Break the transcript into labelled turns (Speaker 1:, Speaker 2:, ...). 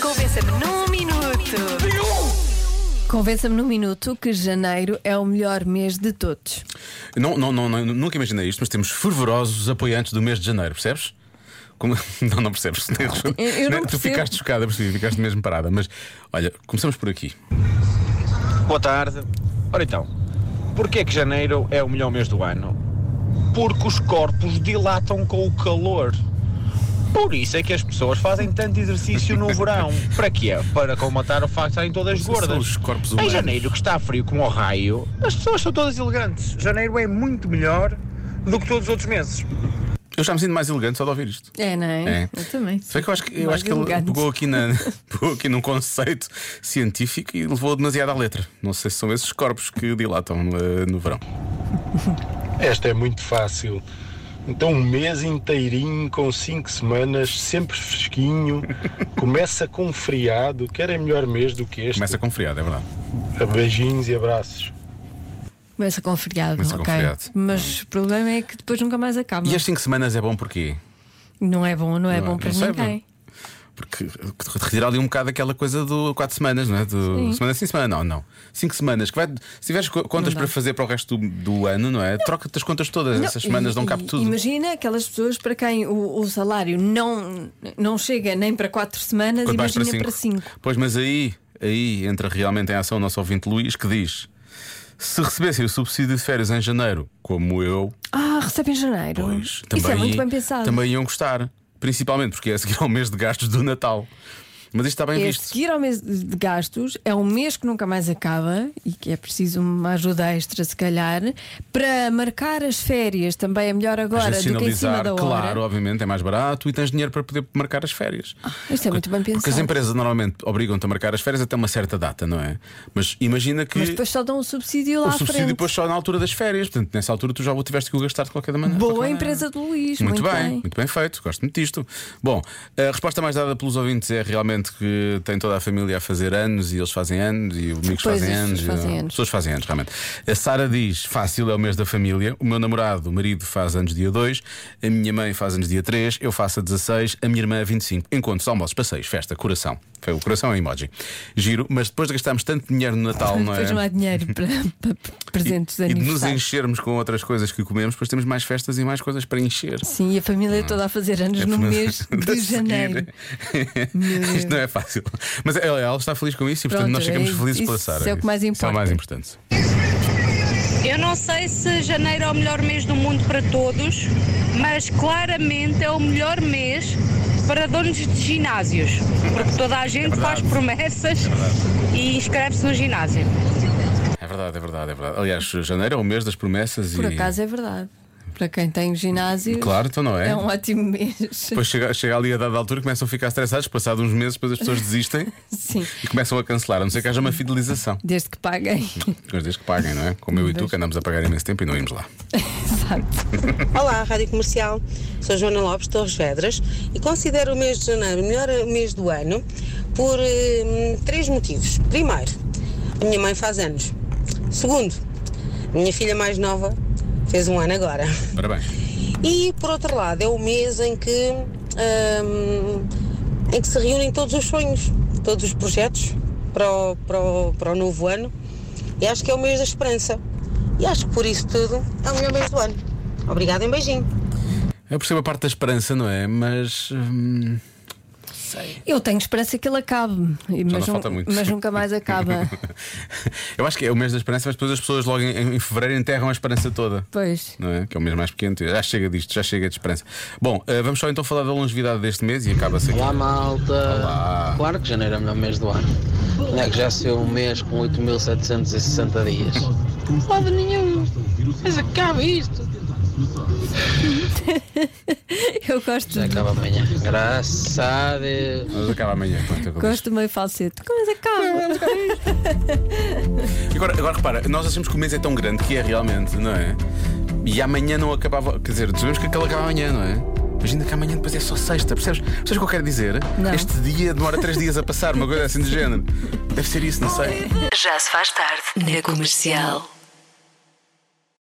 Speaker 1: Convença-me num minuto.
Speaker 2: Convença-me num minuto que janeiro é o melhor mês de todos.
Speaker 3: Não, não, não, não- nunca imaginei isto, mas temos fervorosos apoiantes do mês de janeiro, percebes? Como- Não, não percebes. nem-
Speaker 2: eu não
Speaker 3: nem- tu
Speaker 2: percebo.
Speaker 3: ficaste chocada, percebi, ficaste mesmo parada. Mas olha, começamos por aqui.
Speaker 4: Boa tarde. Ora então, porquê é que janeiro é o melhor mês do ano? Porque os corpos dilatam com o calor. Por isso é que as pessoas fazem tanto exercício no verão. Para quê? Para combatar o facto de estarem todas
Speaker 3: São
Speaker 4: gordas.
Speaker 3: os corpos
Speaker 4: em
Speaker 3: humanos.
Speaker 4: janeiro, que está frio como o raio, as pessoas são todas elegantes. Janeiro é muito melhor do que todos os outros meses.
Speaker 3: Eu já me sinto mais elegante só de ouvir isto.
Speaker 2: É, não é?
Speaker 3: É.
Speaker 2: Eu também.
Speaker 3: Sei que eu acho que, eu
Speaker 2: Mais
Speaker 3: acho que ele
Speaker 2: elegante.
Speaker 3: pegou aqui, na, pegou aqui num conceito científico e levou demasiado à letra. Não sei se são esses corpos que dilatam eh, no verão.
Speaker 5: Esta é muito fácil. Então, um mês inteirinho, com cinco semanas, sempre fresquinho, começa com um friado. Quer é melhor mês do que este?
Speaker 3: Começa com friado, é verdade.
Speaker 5: Beijinhos e abraços.
Speaker 2: Começa com feriado,
Speaker 3: Começa com
Speaker 2: ok.
Speaker 3: feriado. Hum.
Speaker 2: Mas o problema é que depois nunca mais acaba.
Speaker 3: E as 5 semanas é bom porquê?
Speaker 2: Não é bom, não é
Speaker 3: Não,
Speaker 2: bom para
Speaker 3: não sei,
Speaker 2: ninguém.
Speaker 3: Porque eh, retirar ali um bocado aquela coisa do 4 semanas, não é? Do Semana sim, semana não, não. 5 semanas. Que vai, se tiveres co- contas
Speaker 2: dá.
Speaker 3: para fazer para o resto do, do ano, não é? Troca-te as contas todas.
Speaker 2: Não,
Speaker 3: Essas semanas
Speaker 2: e-
Speaker 3: dão cabo
Speaker 2: e-
Speaker 3: de tudo.
Speaker 2: Imagina aquelas pessoas para quem o, o salário não, não chega nem para quatro semanas,
Speaker 3: Quando vais
Speaker 2: imagina para cinco.
Speaker 3: Pois, mas aí, aí entra realmente em ação o nosso ouvinte Luís que diz: se recebessem o subsídio de férias em janeiro, como eu,
Speaker 2: Ah, recebe em janeiro.
Speaker 3: pois
Speaker 2: Isso é muito bem pensado.
Speaker 3: também iam gostar. Principalmente porque é a seguir ao mês de gastos do Natal. Mas isto está bem
Speaker 2: É a
Speaker 3: visto.
Speaker 2: seguir ao mês de gastos, é um mês que nunca mais acaba e que é preciso uma ajuda extra, se calhar. Para marcar as férias também é melhor
Speaker 3: Às
Speaker 2: agora
Speaker 3: vezes
Speaker 2: do que em cima da hora.
Speaker 3: claro, obviamente é mais barato e tens dinheiro para poder marcar as férias.
Speaker 2: Isto é muito bem
Speaker 3: Porque as
Speaker 2: pensado.
Speaker 3: empresas normalmente obrigam-te a marcar as férias até uma certa data, não é? Mas imagina que
Speaker 2: Mas depois só dão um subsídio lá
Speaker 3: o
Speaker 2: à
Speaker 3: subsídio
Speaker 2: frente.
Speaker 3: depois só na altura das férias, portanto nessa altura tu já o tiveste que o gastar de qualquer maneira. de
Speaker 2: Boa
Speaker 3: qualquer
Speaker 2: empresa de Luís,
Speaker 3: maneira.
Speaker 2: muito,
Speaker 3: Muito, bem, muito bem feito, gosto muito disto. Bom, a resposta mais dada pelos ouvintes é realmente que tem toda a família a fazer anos e eles fazem anos e amigos
Speaker 2: Pois,
Speaker 3: fazem
Speaker 2: as pessoas
Speaker 3: anos. e-
Speaker 2: fazem anos.
Speaker 3: as pessoas fazem anos, realmente. A Sara diz: fácil é o mês da família. O meu namorado, o marido, faz anos dia 2, a minha mãe faz anos dia 3, eu faço a 16, a minha irmã a 25. Encontros, almoços, passeios, festa, coração. Foi o coração é emoji. Giro, mas depois de gastarmos tanto dinheiro no Natal, não é?
Speaker 2: Depois não há dinheiro para, para presentes de
Speaker 3: e de nos
Speaker 2: aniversário.
Speaker 3: enchermos com outras coisas que comemos, depois temos mais festas e mais coisas para encher.
Speaker 2: Sim, e a família toda a fazer anos
Speaker 3: É
Speaker 2: no
Speaker 3: por-
Speaker 2: mês
Speaker 3: a
Speaker 2: de
Speaker 3: seguir.
Speaker 2: janeiro.
Speaker 3: Isto não é fácil. Mas ela, ela está feliz com isso e, portanto,
Speaker 2: Pronto,
Speaker 3: nós ficamos
Speaker 2: é-
Speaker 3: felizes pela
Speaker 2: isso
Speaker 3: Sara.
Speaker 2: é o que mais
Speaker 3: Isso é o mais importante.
Speaker 6: Eu não sei se janeiro é o melhor mês do mundo para todos, mas claramente é o melhor mês para donos de ginásios, porque toda a gente faz promessas e inscreve-se no ginásio.
Speaker 3: É verdade, é verdade, é verdade. Aliás, janeiro é o mês das promessas
Speaker 2: Por
Speaker 3: e.
Speaker 2: acaso é verdade. Para quem tem ginásio,
Speaker 3: Claro, então não é?
Speaker 2: é um ótimo mês.
Speaker 3: Depois chega, chega ali a dada altura começam a ficar estressados, passados uns meses, depois as pessoas desistem
Speaker 2: Sim,
Speaker 3: e começam a cancelar, a não ser que haja uma fidelização.
Speaker 2: desde que paguem.
Speaker 3: Mas desde que paguem, não é? Como eu e tu, que andamos a pagar imenso tempo e não ímos lá.
Speaker 2: Exato.
Speaker 7: Olá, Rádio Comercial. Sou Joana Lopes Torres Vedras e considero o mês de janeiro o melhor mês do ano por eh, três motivos. Primeiro, a minha mãe faz anos. Segundo, a minha filha mais nova fez um ano agora.
Speaker 3: Parabéns.
Speaker 7: E por outro lado, é o mês em que, hum, em que se reúnem todos os sonhos, todos os projetos para o, para, o, para o novo ano. E acho que é o mês da esperança. E acho que por isso tudo é o melhor mês do ano. Obrigada e um beijinho.
Speaker 3: Eu percebo a parte da esperança, não é? Mas. hum,
Speaker 2: Eu tenho esperança que ele acabe,
Speaker 3: Já
Speaker 2: mas,
Speaker 3: não falta muito.
Speaker 2: mas nunca mais acaba.
Speaker 3: eu acho que é o mês da esperança, mas depois as pessoas logo em, em fevereiro enterram a esperança toda.
Speaker 2: Pois.
Speaker 3: Não é? Que é o mês mais pequeno. Já chega disto, já chega de esperança. Bom, eh, vamos só então falar da longevidade deste mês e acaba-se aqui.
Speaker 8: Olá malta!
Speaker 3: Olá.
Speaker 8: Claro que janeiro é o melhor mês do ano. Não é que já saiu um mês com 8.760 dias. Lado nenhum! Mas acaba isto!
Speaker 2: Eu gosto,
Speaker 8: Já acaba amanhã. Graças a Deus!
Speaker 3: Mas acaba amanhã. pronto, é o que eu
Speaker 2: gosto meio falsete. Mas acaba.
Speaker 3: E Agora, agora repara, nós achamos que o mês é tão grande que é realmente, não é? E amanhã não acabava. Quer dizer, sabemos que aquele acaba amanhã, não é? Imagina que amanhã depois é só sexta, percebes? Percebes o que eu quero dizer?
Speaker 2: Não.
Speaker 3: Este dia demora três dias a passar, uma coisa assim do género. Deve ser isso, não sei.
Speaker 1: Já se faz tarde na comercial.